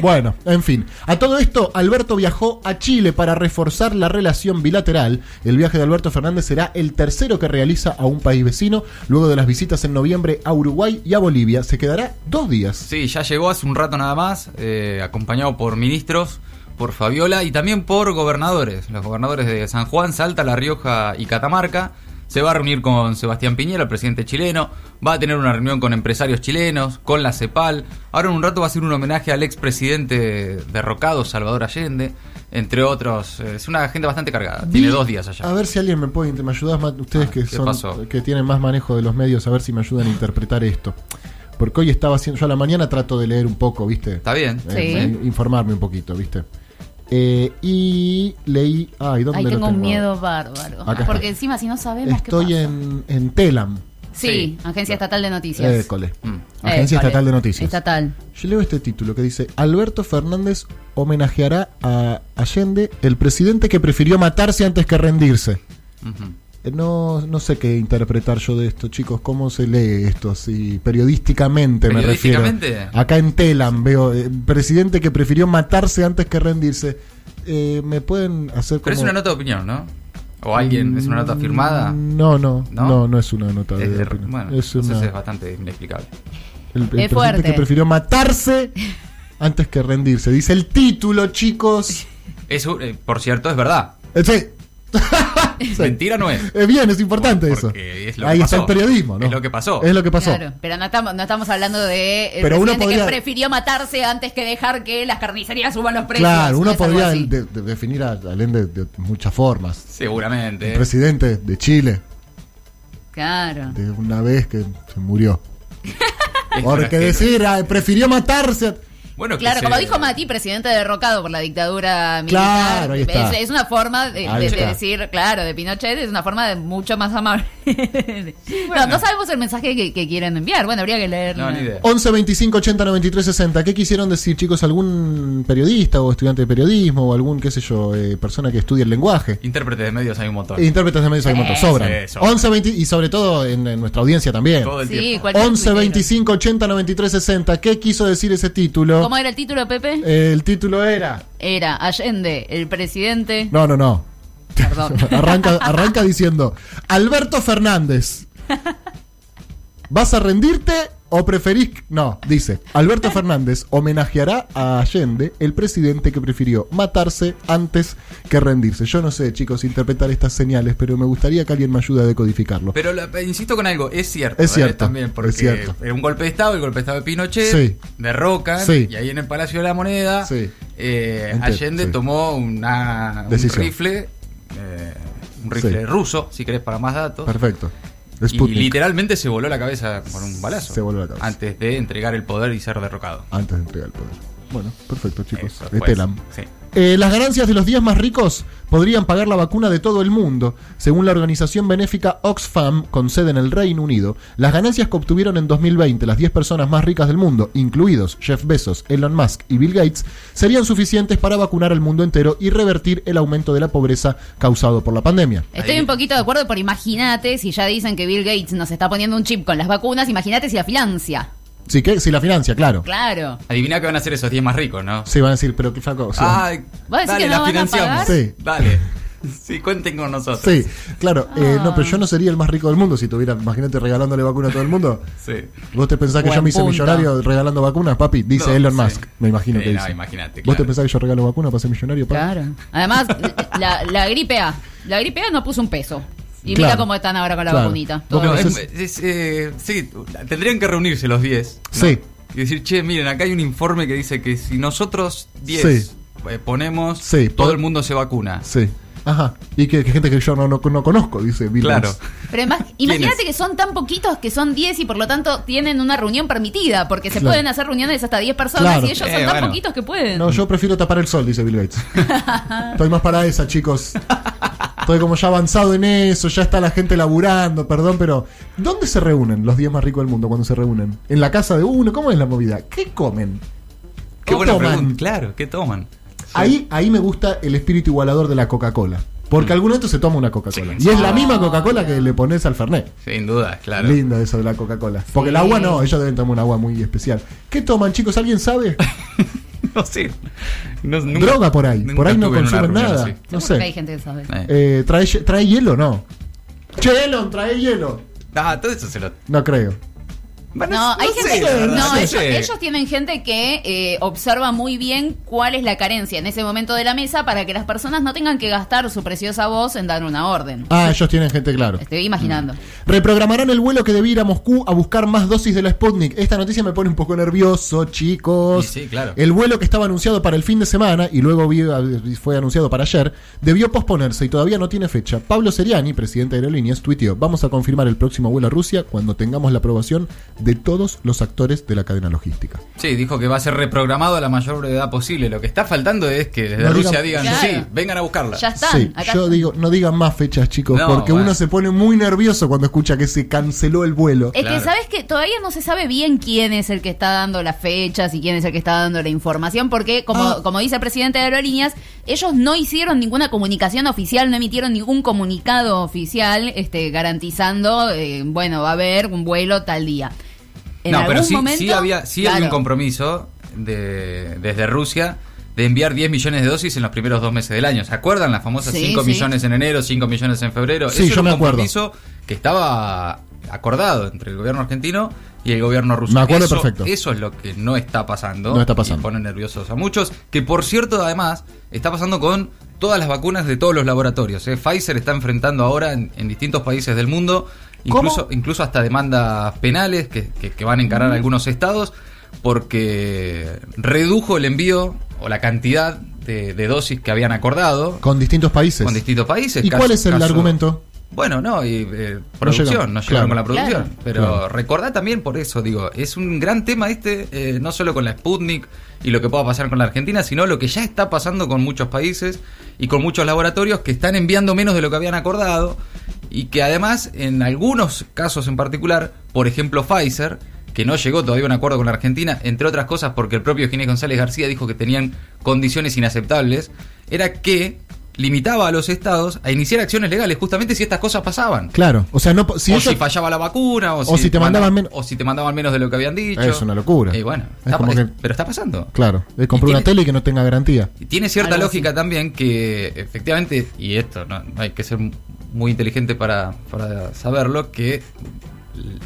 [SPEAKER 2] bueno, en fin. A todo esto, Alberto viajó a Chile para reforzar la relación bilateral. El viaje de Alberto Fernández será el tercero que realiza a un país vecino, luego de las visitas en noviembre a Uruguay y a Bolivia. Se quedará dos días.
[SPEAKER 4] Sí, ya llegó hace un rato nada más, eh, acompañado por ministros. por Fabiola y también por gobernadores. Los gobernadores de San Juan, Salta, La Rioja y Catamarca. Se va a reunir con Sebastián Piñera, el presidente chileno. Va a tener una reunión con empresarios chilenos, con la CEPAL. Ahora en un rato va a hacer un homenaje al expresidente derrocado Salvador Allende entre otros. Es una agenda bastante cargada.
[SPEAKER 2] Vi-
[SPEAKER 4] Tiene dos días allá.
[SPEAKER 2] A ver si alguien me puede, inter- me ayudás, Mat- ustedes que
[SPEAKER 4] Ah, ¿qué
[SPEAKER 2] son,
[SPEAKER 4] pasó?
[SPEAKER 2] que tienen más manejo de los medios, a ver si me ayudan a interpretar esto. Porque hoy estaba haciendo, yo a la mañana trato de leer un poco, ¿viste?
[SPEAKER 4] Está bien.
[SPEAKER 3] Sí.
[SPEAKER 2] Eh, Informarme un poquito, ¿viste? Eh, y leí. Ay, ¿dónde
[SPEAKER 3] Ahí
[SPEAKER 2] lo
[SPEAKER 3] tengo un
[SPEAKER 2] tengo?
[SPEAKER 3] miedo bárbaro.
[SPEAKER 2] Acá está.
[SPEAKER 3] Porque encima, si no sabemos
[SPEAKER 2] Estoy
[SPEAKER 3] qué pasa.
[SPEAKER 2] en, en Telam.
[SPEAKER 3] Sí, Agencia Estatal de Noticias.
[SPEAKER 2] École.
[SPEAKER 4] Mm.
[SPEAKER 2] Agencia
[SPEAKER 3] École.
[SPEAKER 2] Estatal de Noticias.
[SPEAKER 3] Estatal.
[SPEAKER 2] Yo leo este título que dice: Alberto Fernández homenajeará a Allende, el presidente que prefirió matarse antes que rendirse.
[SPEAKER 4] Ujú.
[SPEAKER 2] Eh, No, no sé qué interpretar yo de esto, chicos. ¿Cómo se lee esto así? Periodísticamente, me
[SPEAKER 4] ¿Periodísticamente?
[SPEAKER 2] refiero. Acá en Telam veo eh, presidente que prefirió matarse antes que rendirse. Eh, ¿Me pueden hacer
[SPEAKER 4] Pero es
[SPEAKER 2] como-
[SPEAKER 4] una nota de opinión, ¿no? ¿O alguien? ¿Es una nota firmada?
[SPEAKER 2] No, no, no,
[SPEAKER 4] ¿No?
[SPEAKER 2] no, es una nota de
[SPEAKER 4] Es de-
[SPEAKER 2] opinión.
[SPEAKER 4] bueno,
[SPEAKER 2] es
[SPEAKER 4] entonces
[SPEAKER 2] una-
[SPEAKER 4] es bastante inexplicable.
[SPEAKER 2] el, el presidente
[SPEAKER 3] fuerte.
[SPEAKER 2] que prefirió matarse antes que rendirse. Dice el título, chicos.
[SPEAKER 4] Es un- eh, por cierto, es verdad.
[SPEAKER 2] Eh, sí. Sí.
[SPEAKER 4] Mentira no es.
[SPEAKER 2] Eh, bien, es importante eso.
[SPEAKER 4] Porque es lo
[SPEAKER 2] Ahí
[SPEAKER 4] que
[SPEAKER 2] está el
[SPEAKER 4] pasó.
[SPEAKER 2] periodismo, ¿no?
[SPEAKER 4] Es lo que pasó.
[SPEAKER 2] Es lo que pasó.
[SPEAKER 3] Claro, pero no estamos, no estamos hablando de el
[SPEAKER 2] Pero uno
[SPEAKER 3] presidente
[SPEAKER 2] podría-
[SPEAKER 3] que prefirió matarse antes que dejar que las carnicerías suban los precios.
[SPEAKER 2] Claro,
[SPEAKER 3] No
[SPEAKER 2] uno
[SPEAKER 3] es algo
[SPEAKER 2] podría
[SPEAKER 3] así.
[SPEAKER 2] de- de- definir a Allende de, muchas formas.
[SPEAKER 4] Seguramente.
[SPEAKER 2] El presidente de Chile,
[SPEAKER 3] Claro.
[SPEAKER 2] de una vez que se murió.
[SPEAKER 4] Es
[SPEAKER 2] Porque
[SPEAKER 4] trajero.
[SPEAKER 2] decir, ah, prefirió matarse.
[SPEAKER 4] Bueno, que
[SPEAKER 3] Claro,
[SPEAKER 4] se-
[SPEAKER 3] como dijo Mati, presidente derrocado por la dictadura militar.
[SPEAKER 2] Claro, ahí está.
[SPEAKER 3] Es, es una forma de,
[SPEAKER 2] Ahí
[SPEAKER 3] de- de
[SPEAKER 2] está.
[SPEAKER 3] decir, claro, de Pinochet, es una forma de mucho más amable. no, no sabemos el mensaje que, que quieren enviar. Bueno, habría que leerlo.
[SPEAKER 4] No, ni idea.
[SPEAKER 2] 11 25 80 93 60. ¿Qué quisieron decir, chicos? ¿Algún periodista o estudiante de periodismo o algún, qué sé yo, eh, persona que estudie el lenguaje?
[SPEAKER 4] Intérpretes de medios hay un montón.
[SPEAKER 2] Intérpretes de medios hay un
[SPEAKER 4] Eh,
[SPEAKER 2] montón, sobran.
[SPEAKER 4] Sí, sobran.
[SPEAKER 2] 11 20 y sobre todo en, en nuestra audiencia también.
[SPEAKER 4] Todo el
[SPEAKER 3] Sí,
[SPEAKER 4] tiempo.
[SPEAKER 3] cualquier
[SPEAKER 2] 11
[SPEAKER 3] tuitero.
[SPEAKER 2] 25 80 93 60. ¿Qué quiso decir ese título? Eh,
[SPEAKER 3] ¿Cómo era el título, Pepe?
[SPEAKER 2] El título era.
[SPEAKER 3] Era Allende, el presidente.
[SPEAKER 2] No, no, no.
[SPEAKER 3] Perdón.
[SPEAKER 2] arranca, arranca diciendo, Alberto Fernández, ¿vas a rendirte o preferís... No, dice, Alberto Fernández homenajeará a Allende, el presidente que prefirió matarse antes que rendirse. Yo no sé, chicos, interpretar estas señales, pero me gustaría que alguien me ayude a decodificarlo.
[SPEAKER 4] Pero la- insisto con algo, es cierto. ¿eh?
[SPEAKER 2] Es cierto,
[SPEAKER 4] También, porque
[SPEAKER 2] es cierto.
[SPEAKER 4] era un golpe de Estado, el golpe de Estado de Pinochet,
[SPEAKER 2] Sí.
[SPEAKER 4] derrocan,
[SPEAKER 2] Sí.
[SPEAKER 4] y ahí en el Palacio de la Moneda,
[SPEAKER 2] Sí.
[SPEAKER 4] eh,
[SPEAKER 2] Entiendo,
[SPEAKER 4] Allende
[SPEAKER 2] sí.
[SPEAKER 4] tomó una, un
[SPEAKER 2] Decisión.
[SPEAKER 4] rifle, eh, un rifle
[SPEAKER 2] Sí.
[SPEAKER 4] ruso, si querés, para más datos.
[SPEAKER 2] Perfecto.
[SPEAKER 4] Y
[SPEAKER 2] Sputnik.
[SPEAKER 4] literalmente se voló la cabeza con un balazo.
[SPEAKER 2] Se voló la cabeza.
[SPEAKER 4] Antes de entregar el poder y ser derrocado.
[SPEAKER 2] Antes de entregar el poder. Bueno, perfecto, chicos.
[SPEAKER 4] Eso, pues,
[SPEAKER 2] Estelam.
[SPEAKER 4] sí.
[SPEAKER 2] Eh, las ganancias de los 10 más ricos podrían pagar la vacuna de todo el mundo. Según la organización benéfica Oxfam, con sede en el Reino Unido, las ganancias que obtuvieron en 2020 las 10 personas más ricas del mundo, incluidos Jeff Bezos, Elon Musk y Bill Gates, serían suficientes para vacunar al mundo entero y revertir el aumento de la pobreza causado por la pandemia.
[SPEAKER 3] Estoy
[SPEAKER 4] Ahí.
[SPEAKER 3] un poquito de acuerdo, pero imagínate si ya dicen que Bill Gates nos está poniendo un chip con las vacunas, imagínate si la financia.
[SPEAKER 2] Sí, que, sí, la financia, claro.
[SPEAKER 3] Claro.
[SPEAKER 4] Adiviná que van a ser esos 10 más ricos, ¿no?
[SPEAKER 2] Sí, van a decir, pero qué flaco. sí.
[SPEAKER 4] Ay,
[SPEAKER 3] ¿Vos decís
[SPEAKER 4] dale,
[SPEAKER 3] que no
[SPEAKER 4] la
[SPEAKER 3] van a
[SPEAKER 4] financiamos.
[SPEAKER 3] pagar?
[SPEAKER 2] Sí.
[SPEAKER 4] Dale. Sí, cuenten con nosotros.
[SPEAKER 2] Sí, claro. eh, no, pero yo no sería el más rico del mundo si tuviera, imagínate, regalándole vacuna a todo el mundo.
[SPEAKER 4] Sí.
[SPEAKER 2] ¿Vos te pensás que
[SPEAKER 3] Buen
[SPEAKER 2] yo me hice
[SPEAKER 3] punto.
[SPEAKER 2] millonario regalando vacunas, papi? Dice
[SPEAKER 4] No,
[SPEAKER 2] Elon
[SPEAKER 4] sí.
[SPEAKER 2] Musk, me imagino
[SPEAKER 4] Sí,
[SPEAKER 2] que
[SPEAKER 4] no,
[SPEAKER 2] dice.
[SPEAKER 4] imagínate,
[SPEAKER 2] ¿Vos te
[SPEAKER 4] claro.
[SPEAKER 2] pensás que yo regalo vacunas para ser millonario, papi?
[SPEAKER 3] Claro. Además, la, la gripe A. La gripe A no puso un peso. Y
[SPEAKER 2] Claro.
[SPEAKER 3] mira cómo están ahora con la
[SPEAKER 2] Claro.
[SPEAKER 3] vacunita.
[SPEAKER 2] Vos
[SPEAKER 3] Todo-
[SPEAKER 4] No, es-
[SPEAKER 2] Entonces-
[SPEAKER 4] es, eh, sí, tendrían que reunirse los 10. ¿no?
[SPEAKER 2] Sí.
[SPEAKER 4] Y decir, che, miren, acá hay un informe que dice que si nosotros 10
[SPEAKER 2] Sí.
[SPEAKER 4] eh, ponemos,
[SPEAKER 2] Sí,
[SPEAKER 4] todo
[SPEAKER 2] por-
[SPEAKER 4] el mundo se vacuna.
[SPEAKER 2] Sí. Ajá. Y que, que gente que yo no, no- no conozco, dice Bill
[SPEAKER 4] Claro.
[SPEAKER 2] Gates.
[SPEAKER 3] Pero además,
[SPEAKER 4] ¿Quién
[SPEAKER 3] imagínate
[SPEAKER 4] es?
[SPEAKER 3] que son tan poquitos que son 10 y por lo tanto tienen una reunión permitida, porque se
[SPEAKER 2] Claro.
[SPEAKER 3] pueden hacer reuniones hasta 10 personas
[SPEAKER 2] Claro.
[SPEAKER 3] y ellos
[SPEAKER 4] Eh,
[SPEAKER 3] son tan
[SPEAKER 4] bueno.
[SPEAKER 3] poquitos que pueden.
[SPEAKER 2] No, yo prefiero tapar el sol, dice Bill Gates. Estoy más para esa, chicos. Estoy como ya avanzado en eso, ya está la gente laburando, perdón, pero ¿dónde se reúnen los 10 más ricos del mundo cuando se reúnen? ¿En la casa de uno? ¿Cómo es la movida? ¿Qué comen?
[SPEAKER 4] Qué buena
[SPEAKER 2] toman?
[SPEAKER 4] pregunta. Claro, ¿qué toman?
[SPEAKER 2] Ahí, ahí me gusta el espíritu igualador de la Coca-Cola. Porque alguno de estos se toma una Coca-Cola.
[SPEAKER 4] Mm. Sí.
[SPEAKER 2] y es la misma Coca-Cola que le pones al Fernet.
[SPEAKER 4] Sin duda, claro.
[SPEAKER 2] Lindo eso de la Coca-Cola. Porque el agua no, ellos deben tomar un agua muy especial. ¿Qué toman, chicos? ¿Alguien sabe?
[SPEAKER 4] No sé. No- nunca-
[SPEAKER 2] Droga por ahí.
[SPEAKER 4] nunca
[SPEAKER 2] Por ahí no
[SPEAKER 4] estuve en una
[SPEAKER 2] consumen
[SPEAKER 4] reunión
[SPEAKER 2] nada.
[SPEAKER 4] así.
[SPEAKER 2] No
[SPEAKER 3] Seguro que hay
[SPEAKER 2] sé.
[SPEAKER 3] gente que sabe.
[SPEAKER 4] Eh.
[SPEAKER 2] Eh, ¿trae, hie- ¿Trae hielo? No. Che, Elon, trae hielo.
[SPEAKER 4] Ah, todo eso se lo.
[SPEAKER 2] No creo.
[SPEAKER 3] Bueno, no, hay gente. no, ellos, ellos tienen gente que eh, observa muy bien cuál es la carencia en ese momento de la mesa para que las personas no tengan que gastar su preciosa voz en dar una orden.
[SPEAKER 2] Ah, Mm. ellos tienen gente, claro.
[SPEAKER 3] Estoy imaginando.
[SPEAKER 2] Reprogramarán el vuelo que debía ir a Moscú a buscar más dosis de la Sputnik. Esta noticia me pone un poco nervioso, chicos.
[SPEAKER 4] Sí, sí, claro.
[SPEAKER 2] El vuelo que estaba anunciado para el fin de semana y luego vi- fue anunciado para ayer debió posponerse y todavía no tiene fecha. Pablo Seriani, presidente de Aerolíneas, tuiteó: Vamos a confirmar el próximo vuelo a Rusia cuando tengamos la aprobación de todos los actores de la cadena logística.
[SPEAKER 4] Sí, dijo que va a ser reprogramado a la mayor brevedad posible. Lo que está faltando es que desde
[SPEAKER 2] No
[SPEAKER 4] Rusia
[SPEAKER 2] digan-
[SPEAKER 3] Claro.
[SPEAKER 4] digan, sí, vengan a buscarla.
[SPEAKER 3] Ya están.
[SPEAKER 2] Sí,
[SPEAKER 3] acá
[SPEAKER 2] yo
[SPEAKER 3] están.
[SPEAKER 2] digo, no digan más fechas, chicos,
[SPEAKER 4] No,
[SPEAKER 2] porque
[SPEAKER 4] bueno.
[SPEAKER 2] uno se pone muy nervioso cuando escucha que se canceló el vuelo.
[SPEAKER 3] Es
[SPEAKER 4] Claro.
[SPEAKER 3] que sabes que todavía no se sabe bien quién es el que está dando las fechas y quién es el que está dando la información, porque como,
[SPEAKER 2] Ah.
[SPEAKER 3] como dice el presidente de Aerolíneas, ellos no hicieron ninguna comunicación oficial, no emitieron ningún comunicado oficial este, garantizando, eh, bueno, va a haber un vuelo tal día. En
[SPEAKER 4] no,
[SPEAKER 3] algún
[SPEAKER 4] pero sí,
[SPEAKER 3] momento,
[SPEAKER 4] sí había, sí había un
[SPEAKER 3] claro.
[SPEAKER 4] compromiso de, desde Rusia de enviar 10 millones de dosis en los primeros dos meses del año. ¿Se acuerdan las famosas
[SPEAKER 3] Sí,
[SPEAKER 4] 5
[SPEAKER 3] sí.
[SPEAKER 4] millones en enero, 5 millones en febrero?
[SPEAKER 2] Sí,
[SPEAKER 4] Eso
[SPEAKER 2] yo
[SPEAKER 4] era
[SPEAKER 2] me
[SPEAKER 4] un
[SPEAKER 2] acuerdo.
[SPEAKER 4] compromiso que estaba acordado entre el gobierno argentino y el gobierno ruso.
[SPEAKER 2] Me acuerdo
[SPEAKER 4] eso,
[SPEAKER 2] perfecto.
[SPEAKER 4] Eso es lo que no está pasando.
[SPEAKER 2] No está pasando.
[SPEAKER 4] Y pone nerviosos a muchos. Que por cierto, además, está pasando con todas las vacunas de todos los laboratorios. ¿eh? Pfizer está enfrentando ahora en, en distintos países del mundo.
[SPEAKER 2] ¿Cómo?
[SPEAKER 4] Incluso, incluso hasta demandas penales que, que- que van a encarar algunos estados porque redujo el envío o la cantidad de, de dosis que habían acordado
[SPEAKER 2] Con distintos países.
[SPEAKER 4] con distintos países.
[SPEAKER 2] ¿Y
[SPEAKER 4] Caso-
[SPEAKER 2] cuál es el
[SPEAKER 4] caso-
[SPEAKER 2] argumento?
[SPEAKER 4] Bueno, no, y eh, producción,
[SPEAKER 2] llegaron,
[SPEAKER 4] no
[SPEAKER 2] claro.
[SPEAKER 4] llegaron con la producción.
[SPEAKER 3] Claro.
[SPEAKER 4] Pero
[SPEAKER 2] Claro.
[SPEAKER 4] recordá también por eso, digo, es un gran tema este, eh, no solo con la Sputnik y lo que pueda pasar con la Argentina, sino lo que ya está pasando con muchos países y con muchos laboratorios que están enviando menos de lo que habían acordado y que además en algunos casos en particular, por ejemplo Pfizer, que no llegó todavía a un acuerdo con la Argentina, entre otras cosas porque el propio Ginés González García dijo que tenían condiciones inaceptables, era que limitaba a los estados a iniciar acciones legales justamente si estas cosas pasaban
[SPEAKER 2] Claro, o sea, no, po- si
[SPEAKER 4] o
[SPEAKER 2] ellos-
[SPEAKER 4] si fallaba la vacuna, o,
[SPEAKER 2] o si te mandaban men-
[SPEAKER 4] manda- o si te mandaban menos de lo que habían dicho.
[SPEAKER 2] Es una locura.
[SPEAKER 4] Y bueno,
[SPEAKER 2] Es
[SPEAKER 4] está
[SPEAKER 2] como
[SPEAKER 4] pa-
[SPEAKER 2] que-
[SPEAKER 4] es- pero está pasando.
[SPEAKER 2] Claro, de comprar
[SPEAKER 4] Y
[SPEAKER 2] una
[SPEAKER 4] tiene-
[SPEAKER 2] tele que no tenga garantía.
[SPEAKER 4] Y tiene cierta
[SPEAKER 3] Algo
[SPEAKER 4] lógica también que efectivamente, y esto no, no hay que ser muy inteligente para, para saberlo, que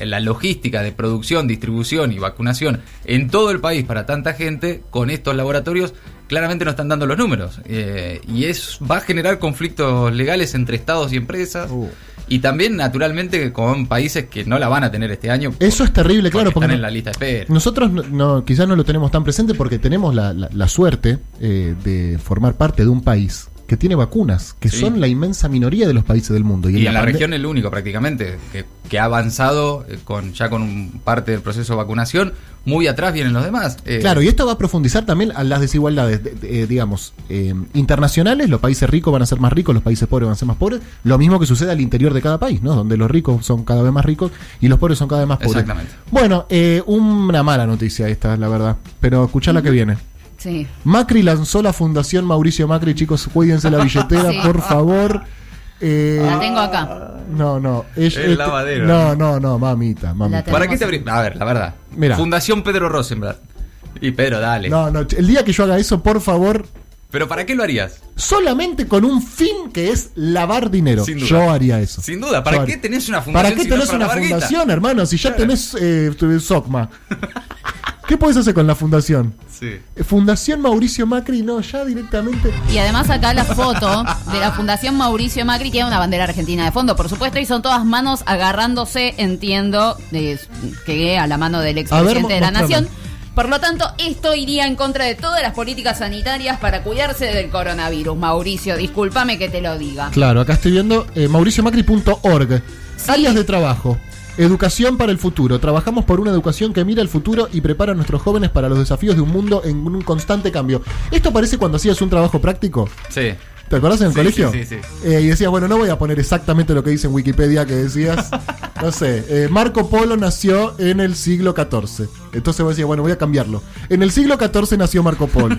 [SPEAKER 4] la logística de producción, distribución y vacunación en todo el país para tanta gente, con estos laboratorios, claramente no están dando los números. Eh, y es va a generar conflictos legales entre estados y empresas.
[SPEAKER 2] Uh.
[SPEAKER 4] Y también, naturalmente, con países que no la van a tener este año.
[SPEAKER 2] Eso es terrible, claro,
[SPEAKER 4] porque
[SPEAKER 2] porque
[SPEAKER 4] están
[SPEAKER 2] no-
[SPEAKER 4] en la lista de espera.
[SPEAKER 2] Nosotros no, no- quizás no lo tenemos tan presente porque tenemos la, la- la suerte eh, de formar parte de un país que tiene vacunas, que
[SPEAKER 4] Sí.
[SPEAKER 2] son la inmensa minoría de los países del mundo.
[SPEAKER 4] Y, en la,
[SPEAKER 2] pande-
[SPEAKER 4] región el único prácticamente que, que ha avanzado eh, con ya con un parte del proceso de vacunación, muy atrás vienen los demás. Eh,
[SPEAKER 2] Claro, y esto va a profundizar también a las desigualdades, de- de- eh, digamos, eh, internacionales. Los países ricos van a ser más ricos, los países pobres van a ser más pobres. Lo mismo que sucede al interior de cada país, ¿no? Donde los ricos son cada vez más ricos y los pobres son cada vez más pobres.
[SPEAKER 4] Exactamente.
[SPEAKER 2] Bueno, eh, una mala noticia esta, la verdad. Pero escuchá la que viene.
[SPEAKER 3] Sí.
[SPEAKER 2] Macri lanzó la fundación Mauricio Macri, chicos, cuídense la billetera,
[SPEAKER 3] Sí.
[SPEAKER 2] por favor. Eh,
[SPEAKER 3] La tengo acá.
[SPEAKER 2] No, no. es-
[SPEAKER 4] El
[SPEAKER 2] es-
[SPEAKER 4] lavadero.
[SPEAKER 2] No, no, no, mamita, mamita.
[SPEAKER 4] ¿Para qué te abrí? A ver, la verdad.
[SPEAKER 2] Mirá.
[SPEAKER 4] Fundación Pedro Rosenblatt. Y Pedro, dale.
[SPEAKER 2] No, no, ch- el día que yo haga eso, por favor,
[SPEAKER 4] ¿Pero para qué lo harías?
[SPEAKER 2] solamente con un fin que es lavar dinero.
[SPEAKER 4] Sin duda.
[SPEAKER 2] Yo haría eso.
[SPEAKER 4] Sin duda, ¿para
[SPEAKER 2] Yo
[SPEAKER 4] qué
[SPEAKER 2] haría-
[SPEAKER 4] tenés una fundación?
[SPEAKER 2] ¿Para qué
[SPEAKER 4] si no
[SPEAKER 2] tenés
[SPEAKER 4] para
[SPEAKER 2] una
[SPEAKER 4] lavar guita?
[SPEAKER 2] fundación, hermano? Si ya
[SPEAKER 4] Claro.
[SPEAKER 2] tenés eh, tu- SOCMA. ¿Qué podés hacer con la fundación?
[SPEAKER 4] Sí.
[SPEAKER 2] Eh, Fundación Mauricio Macri, no, ya directamente.
[SPEAKER 3] Y además acá la foto de la Fundación Mauricio Macri tiene una bandera argentina de fondo, por supuesto, y son todas manos agarrándose, entiendo, eh, que a la mano del
[SPEAKER 2] A ver,
[SPEAKER 3] expresidente
[SPEAKER 2] mo-
[SPEAKER 3] de la
[SPEAKER 2] mostrame.
[SPEAKER 3] nación. Por lo tanto, esto iría en contra de todas las políticas sanitarias para cuidarse del coronavirus. Mauricio, discúlpame que te lo diga.
[SPEAKER 2] Claro, acá estoy viendo eh, mauriciomacri.org. Áreas de trabajo. Educación para el futuro. Trabajamos por una educación que mira el futuro y prepara a nuestros jóvenes para los desafíos de un mundo en un constante cambio. Esto parece cuando hacías un trabajo práctico.
[SPEAKER 4] Sí.
[SPEAKER 2] ¿Te acordás en el
[SPEAKER 4] Sí,
[SPEAKER 2] colegio?
[SPEAKER 4] sí, sí,
[SPEAKER 2] Eh, y decías, bueno, no voy a poner exactamente lo que dice en Wikipedia que decías. No sé, eh, Marco Polo nació en el siglo XIV. Entonces vos decías, bueno, voy a cambiarlo. En el siglo XIV nació Marco Polo.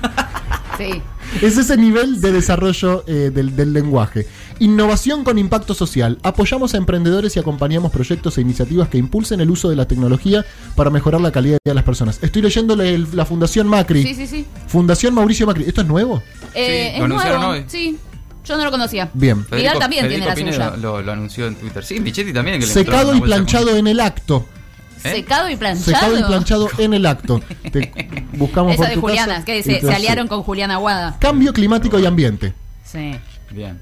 [SPEAKER 3] Sí.
[SPEAKER 2] Es ese nivel de desarrollo eh, del, del lenguaje. Innovación con impacto social. Apoyamos a emprendedores y acompañamos proyectos e iniciativas que impulsen el uso de la tecnología para mejorar la calidad de las personas. Estoy leyendo la, el- la Fundación Macri.
[SPEAKER 3] Sí, sí, sí.
[SPEAKER 2] Fundación Mauricio Macri. ¿Esto es nuevo?
[SPEAKER 3] Eh,
[SPEAKER 4] Sí,
[SPEAKER 3] es
[SPEAKER 4] lo anunciaron
[SPEAKER 3] nuevo.
[SPEAKER 4] hoy.
[SPEAKER 3] Sí. Yo no lo conocía.
[SPEAKER 2] Bien.
[SPEAKER 3] Vidal también tiene la
[SPEAKER 4] Federico
[SPEAKER 3] suya.
[SPEAKER 4] Pino Lo, lo anunció en Twitter. Sí, Michetti también. Que le encontraron
[SPEAKER 2] Secado
[SPEAKER 4] una
[SPEAKER 2] y
[SPEAKER 4] bolsa con-
[SPEAKER 2] planchado en el acto.
[SPEAKER 3] Secado y planchado.
[SPEAKER 2] ¿Eh? Secado y planchado en el acto. Te buscamos
[SPEAKER 3] Esa
[SPEAKER 2] por
[SPEAKER 3] de
[SPEAKER 2] tu
[SPEAKER 3] Juliana,
[SPEAKER 2] casa
[SPEAKER 3] que
[SPEAKER 2] y
[SPEAKER 3] se,
[SPEAKER 2] te
[SPEAKER 3] se
[SPEAKER 2] hace-
[SPEAKER 3] aliaron con Juliana Aguada.
[SPEAKER 2] Cambio climático y ambiente.
[SPEAKER 3] Sí.
[SPEAKER 4] Bien.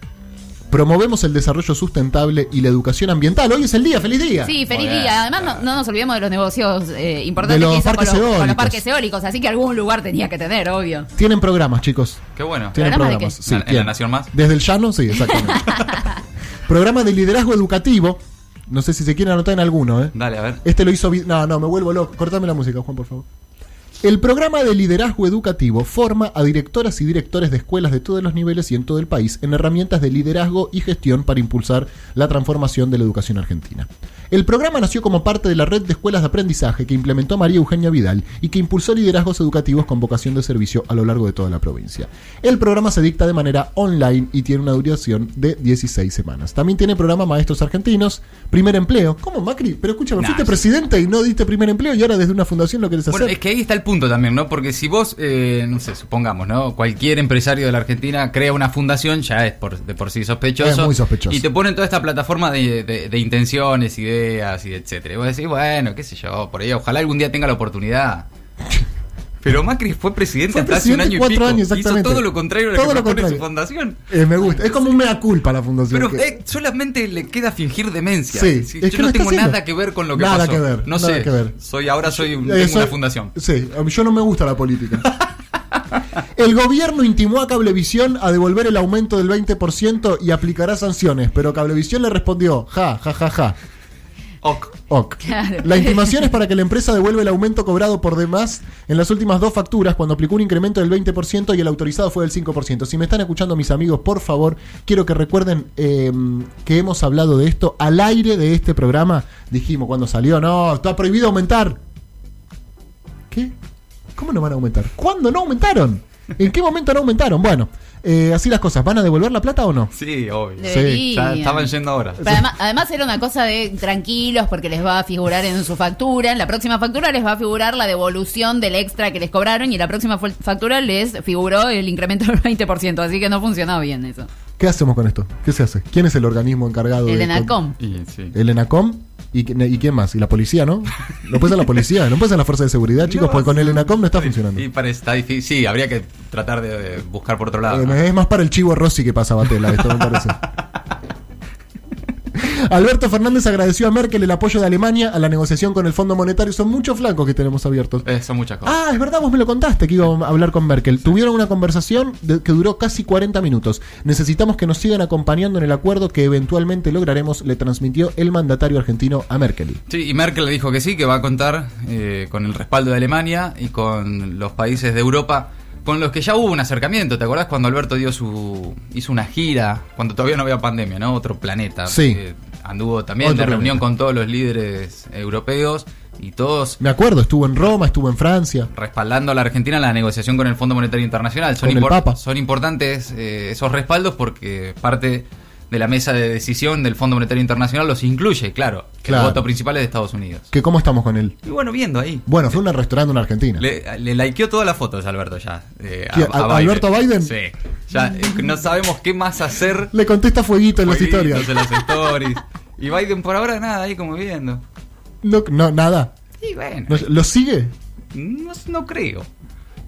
[SPEAKER 2] Promovemos el desarrollo sustentable y la educación ambiental. Hoy es el día, feliz día.
[SPEAKER 3] Sí, feliz
[SPEAKER 4] Muy bien.
[SPEAKER 3] día. Además, no, no nos olvidemos de los negocios eh,
[SPEAKER 2] De
[SPEAKER 3] importantes
[SPEAKER 2] los
[SPEAKER 3] que hizo
[SPEAKER 2] parques
[SPEAKER 3] con, los, con los
[SPEAKER 2] eólicos.
[SPEAKER 3] parques eólicos. Así que algún lugar tenía que tener, obvio.
[SPEAKER 2] Tienen programas, chicos.
[SPEAKER 4] Qué bueno.
[SPEAKER 2] Tienen
[SPEAKER 3] ¿Programas de
[SPEAKER 2] programas.
[SPEAKER 3] qué?
[SPEAKER 2] Sí,
[SPEAKER 4] ¿En la
[SPEAKER 2] tienen.
[SPEAKER 4] Nación Más?
[SPEAKER 2] Desde el Llano, sí, exactamente. Programa de liderazgo educativo. No sé si se quieren anotar en alguno, ¿eh?
[SPEAKER 4] Dale, a ver.
[SPEAKER 2] Este lo hizo. vi- No, no, me vuelvo loco. Cortame la música, Juan, por favor. El programa de liderazgo educativo forma a directoras y directores de escuelas de todos los niveles y en todo el país en herramientas de liderazgo y gestión para impulsar la transformación de la educación argentina. El programa nació como parte de la red de escuelas de aprendizaje que implementó María Eugenia Vidal y que impulsó liderazgos educativos con vocación de servicio a lo largo de toda la provincia. El programa se dicta de manera online y tiene una duración de 16 semanas. También tiene programa Maestros Argentinos, Primer Empleo. ¿Cómo, Macri? Pero escúchame,
[SPEAKER 4] Nah,
[SPEAKER 2] fuiste
[SPEAKER 4] sí.
[SPEAKER 2] presidente y no diste primer empleo y ahora desde una fundación lo querés hacer.
[SPEAKER 4] Bueno, es que ahí está el punto también, ¿no? Porque si vos, eh, no sé, supongamos, ¿no? Cualquier empresario de la Argentina crea una fundación, ya es por, de por sí sospechoso.
[SPEAKER 2] Es muy sospechoso.
[SPEAKER 4] Y te ponen toda esta plataforma de, de- de intenciones, ideas y etcétera. Y vos decís, bueno, qué sé yo, por ahí, ojalá algún día tenga la oportunidad. Pero Macri fue presidente
[SPEAKER 2] Fue
[SPEAKER 4] hasta hace
[SPEAKER 2] presidente
[SPEAKER 4] un año y
[SPEAKER 2] cuatro
[SPEAKER 4] pico.
[SPEAKER 2] años, exactamente.
[SPEAKER 4] Hizo todo lo contrario a lo
[SPEAKER 2] Todo
[SPEAKER 4] que
[SPEAKER 2] lo
[SPEAKER 4] propone su
[SPEAKER 2] contrario.
[SPEAKER 4] fundación.
[SPEAKER 2] Eh, me gusta. Es como un mea culpa la fundación.
[SPEAKER 4] Pero
[SPEAKER 2] que-
[SPEAKER 4] eh, solamente le queda fingir demencia.
[SPEAKER 2] Sí,
[SPEAKER 4] Si
[SPEAKER 2] es
[SPEAKER 4] yo
[SPEAKER 2] que
[SPEAKER 4] no,
[SPEAKER 2] no está
[SPEAKER 4] tengo
[SPEAKER 2] haciendo.
[SPEAKER 4] nada que ver con lo que
[SPEAKER 2] Nada
[SPEAKER 4] pasó.
[SPEAKER 2] que ver,
[SPEAKER 4] no
[SPEAKER 2] nada
[SPEAKER 4] sé.
[SPEAKER 2] que ver.
[SPEAKER 4] Soy ahora soy un-
[SPEAKER 2] Eh,
[SPEAKER 4] tengo
[SPEAKER 2] soy-
[SPEAKER 4] una fundación.
[SPEAKER 2] Sí, a mí- yo no me gusta la política. El gobierno intimó a Cablevisión a devolver el aumento del 20% y aplicará sanciones, pero Cablevisión le respondió, ja, ja, ja, ja.
[SPEAKER 4] Ok.
[SPEAKER 2] Ok.
[SPEAKER 3] Claro.
[SPEAKER 2] La intimación es para que la empresa devuelva el aumento cobrado por demás en las últimas dos facturas cuando aplicó un incremento del 20% y el autorizado fue del 5%. Si me están escuchando mis amigos, por favor, quiero que recuerden eh, que hemos hablado de esto al aire de este programa. Dijimos cuando salió, no, está prohibido aumentar. ¿Qué? ¿Cómo no van a aumentar? ¿Cuándo no aumentaron? ¿En qué momento no aumentaron? Bueno, eh, así las cosas. ¿Van a devolver la plata o no?
[SPEAKER 4] Sí, obvio.
[SPEAKER 2] Sí.
[SPEAKER 3] Deberían.
[SPEAKER 4] Ya estaban yendo ahora.
[SPEAKER 3] Pero además, además era una cosa de tranquilos porque les va a figurar en su factura, en la próxima factura les va a figurar la devolución del extra que les cobraron y en la próxima fu- factura les figuró el incremento del 20%, así que no funcionaba bien eso.
[SPEAKER 2] ¿Qué hacemos con esto? ¿Qué se hace? ¿Quién es el organismo encargado
[SPEAKER 3] El
[SPEAKER 2] de-
[SPEAKER 3] ENACOM.
[SPEAKER 4] Y sí.
[SPEAKER 2] El ENACOM. ¿Y, qui- ¿Y quién más? ¿Y la policía, no? No puede ser la policía, no puede ser la fuerza de seguridad, chicos, porque con el ENACOM no está funcionando.
[SPEAKER 4] Y parece está difícil. Sí, habría que tratar de eh, buscar por otro lado.
[SPEAKER 2] Eh,
[SPEAKER 4] ¿no?
[SPEAKER 2] Es más para el chivo Rossi que pasa Batela, esto me parece. Alberto Fernández agradeció a Merkel el apoyo de Alemania a la negociación con el Fondo Monetario. Son muchos flancos que tenemos abiertos.
[SPEAKER 4] Eh, son muchas cosas.
[SPEAKER 2] Ah, es verdad, vos me lo contaste que iba a hablar con Merkel. Tuvieron una conversación de- que duró casi 40 minutos. Necesitamos que nos sigan acompañando en el acuerdo que eventualmente lograremos, le transmitió el mandatario argentino a Merkel.
[SPEAKER 4] Sí, y Merkel le dijo que sí, que va a contar eh, con el respaldo de Alemania y con los países de Europa con los que ya hubo un acercamiento. ¿Te acordás cuando Alberto dio su hizo una gira cuando todavía no había pandemia, ¿no? Otro planeta.
[SPEAKER 2] Sí.
[SPEAKER 4] Eh, anduvo también
[SPEAKER 2] Otro
[SPEAKER 4] de
[SPEAKER 2] planeta.
[SPEAKER 4] reunión con todos los líderes europeos y todos
[SPEAKER 2] Me acuerdo, estuvo en Roma, estuvo en Francia.
[SPEAKER 4] respaldando a la Argentina en la negociación con el Fondo Monetario Internacional. Son,
[SPEAKER 2] Con el
[SPEAKER 4] impor-
[SPEAKER 2] Papa.
[SPEAKER 4] son importantes eh, esos respaldos porque parte de la mesa de decisión del Fondo Monetario Internacional los incluye, claro. que
[SPEAKER 2] Claro.
[SPEAKER 4] El voto principal es de Estados Unidos.
[SPEAKER 2] ¿Que ¿Cómo estamos con él?
[SPEAKER 4] Y bueno, viendo ahí.
[SPEAKER 2] Bueno, fue un restaurante en Argentina.
[SPEAKER 4] Le, le likeó todas las fotos Alberto ya. eh,
[SPEAKER 2] ¿Quién? ¿A- Alberto Biden?
[SPEAKER 4] Sí. Ya eh, no sabemos qué más hacer.
[SPEAKER 2] Le contesta fueguito en las
[SPEAKER 4] Jueguitos
[SPEAKER 2] historias.
[SPEAKER 4] en las stories. Y Biden por ahora nada, ahí como viendo.
[SPEAKER 2] No, no, nada.
[SPEAKER 4] Y bueno.
[SPEAKER 2] No, ¿Lo sigue?
[SPEAKER 4] No, no creo.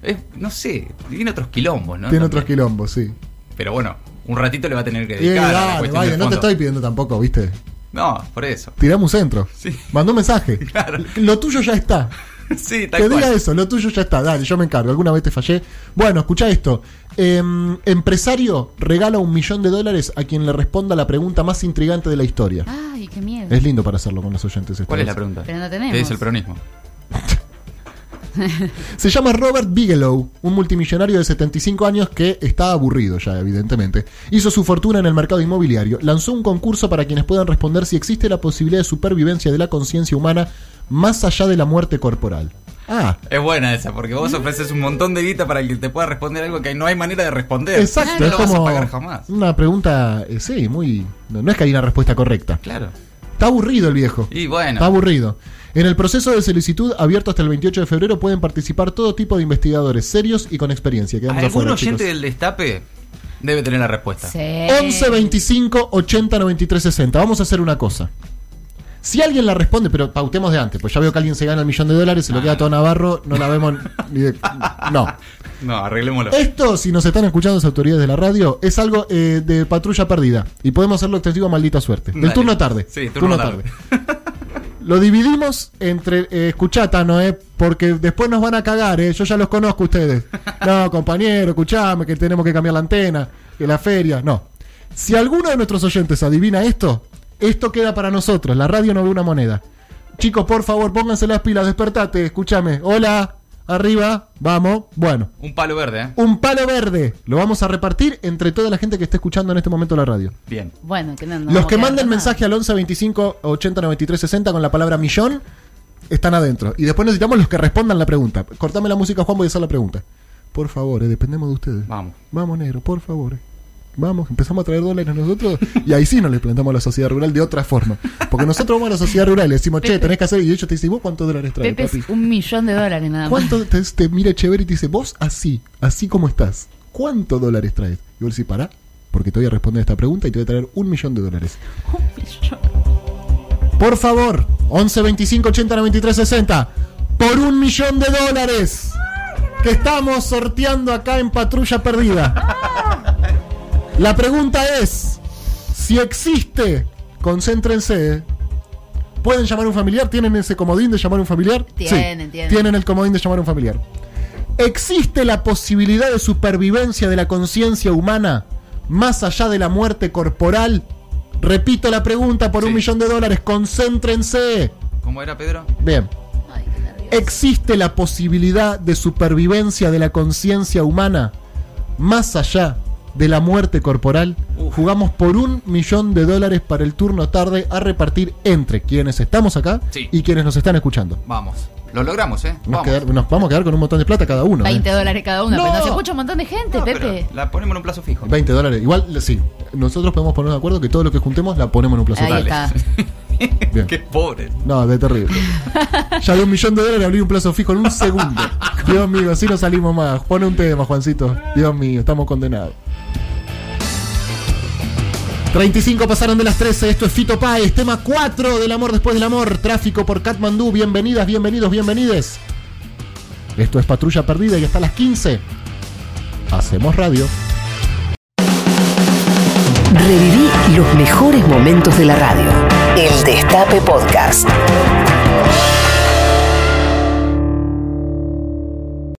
[SPEAKER 4] Es- no sé, tiene otros quilombos, ¿no?
[SPEAKER 2] Tiene
[SPEAKER 4] También.
[SPEAKER 2] otros quilombos, sí.
[SPEAKER 4] Pero bueno, un ratito le va a tener que
[SPEAKER 2] Eh,
[SPEAKER 4] dedicar a la
[SPEAKER 2] dale,
[SPEAKER 4] cuestión
[SPEAKER 2] Biden,
[SPEAKER 4] del
[SPEAKER 2] no te
[SPEAKER 4] fondo.
[SPEAKER 2] estoy pidiendo tampoco, ¿viste?
[SPEAKER 4] No, por eso.
[SPEAKER 2] Tirame un centro.
[SPEAKER 4] Sí.
[SPEAKER 2] Mandó un mensaje.
[SPEAKER 4] Claro.
[SPEAKER 2] Lo tuyo ya está.
[SPEAKER 4] sí, tal
[SPEAKER 2] Te
[SPEAKER 4] cual.
[SPEAKER 2] diga eso, lo tuyo ya está. Dale, yo me encargo. Alguna vez te fallé. Bueno, escucha esto. Em, empresario regala un millón de dólares a quien le responda la pregunta más intrigante de la historia.
[SPEAKER 3] Ay, qué miedo.
[SPEAKER 2] Es lindo para hacerlo con los oyentes. esta
[SPEAKER 4] ¿Cuál es
[SPEAKER 2] vez.
[SPEAKER 4] la pregunta?
[SPEAKER 3] Pero no tenemos.
[SPEAKER 4] ¿Qué es el peronismo?
[SPEAKER 2] Se llama Robert Bigelow, un multimillonario de 75 años que está aburrido ya, evidentemente. Hizo su fortuna en el mercado inmobiliario. Lanzó un concurso para quienes puedan responder si existe la posibilidad de supervivencia de la conciencia humana más allá de la muerte corporal. Ah,
[SPEAKER 4] Es buena esa, porque
[SPEAKER 3] ¿Mm?
[SPEAKER 4] vos ofreces un montón de guita para que te pueda responder algo que no hay manera de responder.
[SPEAKER 2] exacto.
[SPEAKER 4] Eh, No
[SPEAKER 2] Es
[SPEAKER 4] lo vas a
[SPEAKER 2] como
[SPEAKER 4] pagar jamás.
[SPEAKER 2] una pregunta, eh, sí, muy... No, no es que hay una respuesta correcta.
[SPEAKER 4] Claro.
[SPEAKER 2] Está aburrido el viejo.
[SPEAKER 4] Y bueno.
[SPEAKER 2] Está aburrido. En el proceso de solicitud abierto hasta el 28 de febrero pueden participar todo tipo de investigadores serios y con experiencia. Quedamos
[SPEAKER 4] ¿Algún
[SPEAKER 2] afuera,
[SPEAKER 4] oyente
[SPEAKER 2] chicos.
[SPEAKER 4] del destape debe tener la respuesta?
[SPEAKER 3] Sí.
[SPEAKER 2] 11 25 80 93 60. Vamos a hacer una cosa. Si alguien la responde, pero pautemos de antes, pues ya veo que alguien se gana el millón de dólares, se lo
[SPEAKER 4] Ah.
[SPEAKER 2] queda todo Navarro, no la vemos ni de- No.
[SPEAKER 4] No, arreglémoslo.
[SPEAKER 2] Esto, si nos están escuchando las autoridades de la radio, es algo eh, de patrulla perdida. Y podemos hacerlo testigo a maldita suerte. Del
[SPEAKER 4] Dale.
[SPEAKER 2] turno tarde.
[SPEAKER 4] Sí, turno tarde.
[SPEAKER 2] Lo dividimos entre. Eh, escuchá, Tano, eh, porque después nos van a cagar, eh. Yo ya los conozco a ustedes. No, compañero, escuchame, que tenemos que cambiar la antena, que la feria. No. Si alguno de nuestros oyentes adivina esto, esto queda para nosotros. La radio no ve una moneda. Chicos, por favor, pónganse las pilas, despertate, escúchame. Hola, arriba, vamos. Bueno,
[SPEAKER 4] Un palo verde, ¿eh?
[SPEAKER 2] un palo verde. Lo vamos a repartir entre toda la gente que está escuchando en este momento la radio.
[SPEAKER 4] Bien.
[SPEAKER 3] Bueno, que no, no
[SPEAKER 2] Los que
[SPEAKER 3] queda
[SPEAKER 2] manden
[SPEAKER 3] nada.
[SPEAKER 2] mensaje al 11 25 80 93 60 con la palabra millón están adentro. Y después necesitamos los que respondan la pregunta. Cortame la música, Juan, voy a hacer la pregunta. Por favor, eh, dependemos de ustedes.
[SPEAKER 4] Vamos.
[SPEAKER 2] Vamos, negro, por favor. eh. Vamos, empezamos a traer dólares nosotros y ahí sí nos les plantamos a la sociedad rural de otra forma. Porque nosotros vamos a la sociedad rural y le decimos, che,
[SPEAKER 3] Pepe.
[SPEAKER 2] tenés que hacer. Y ellos te dicen, ¿vos cuántos dólares traes,
[SPEAKER 3] Pepe
[SPEAKER 2] papi?
[SPEAKER 3] es un millón de dólares nada más.
[SPEAKER 2] ¿Cuánto te, te mira Chévere y te dice, vos así, así como estás, ¿cuántos dólares traes? Y vos decís, pará, porque te voy a responder esta pregunta y te voy a traer un millón de dólares.
[SPEAKER 3] Un millón.
[SPEAKER 2] Por favor, 11 25 80 93 60, por un millón de dólares que estamos sorteando acá en Patrulla Perdida. La pregunta es, si existe, concéntrense, ¿eh? ¿Pueden llamar a un familiar? ¿Tienen ese comodín de llamar a un familiar? Sí,
[SPEAKER 3] Tienen, tienen.
[SPEAKER 2] Tienen el comodín de llamar a un familiar. ¿Existe la posibilidad de supervivencia de la conciencia humana más allá de la muerte corporal? Repito la pregunta por un
[SPEAKER 4] Sí.
[SPEAKER 2] millón de dólares, concéntrense.
[SPEAKER 4] ¿Cómo era, Pedro?
[SPEAKER 2] Bien.
[SPEAKER 3] Ay, qué nervios.
[SPEAKER 2] ¿Existe la posibilidad de supervivencia de la conciencia humana más allá de la muerte corporal?
[SPEAKER 4] Uf.
[SPEAKER 2] Jugamos por un millón de dólares para el turno tarde a repartir entre quienes estamos acá
[SPEAKER 4] Sí.
[SPEAKER 2] y quienes nos están escuchando.
[SPEAKER 4] Vamos. Lo logramos, ¿eh?
[SPEAKER 2] Nos,
[SPEAKER 4] Vamos.
[SPEAKER 2] quedar- nos vamos a quedar con un montón de plata cada uno. ¿eh?
[SPEAKER 3] 20 dólares cada uno,
[SPEAKER 2] No.
[SPEAKER 3] pero nos escucha un montón de gente,
[SPEAKER 4] No, pero
[SPEAKER 3] Pepe.
[SPEAKER 4] la ponemos en un plazo fijo.
[SPEAKER 2] 20 dólares. Igual, le- sí. Nosotros podemos poner de acuerdo que todo lo que juntemos la ponemos en un plazo
[SPEAKER 3] Ahí
[SPEAKER 2] tarde.
[SPEAKER 3] está.
[SPEAKER 2] Bien.
[SPEAKER 4] Qué pobre.
[SPEAKER 2] No, de terrible. Ya de un millón de dólares abrí un plazo fijo en un segundo. Dios mío, así no salimos más. Pone un tema, Juancito. Dios mío, estamos condenados. 35 pasaron de las 13, esto es Fito Páez, tema 4 del amor después del amor, tráfico por Katmandú, bienvenidas, bienvenidos, bienvenides. Esto es Patrulla Perdida y hasta las 15 hacemos radio.
[SPEAKER 1] Reviví los mejores momentos de la radio. El Destape Podcast.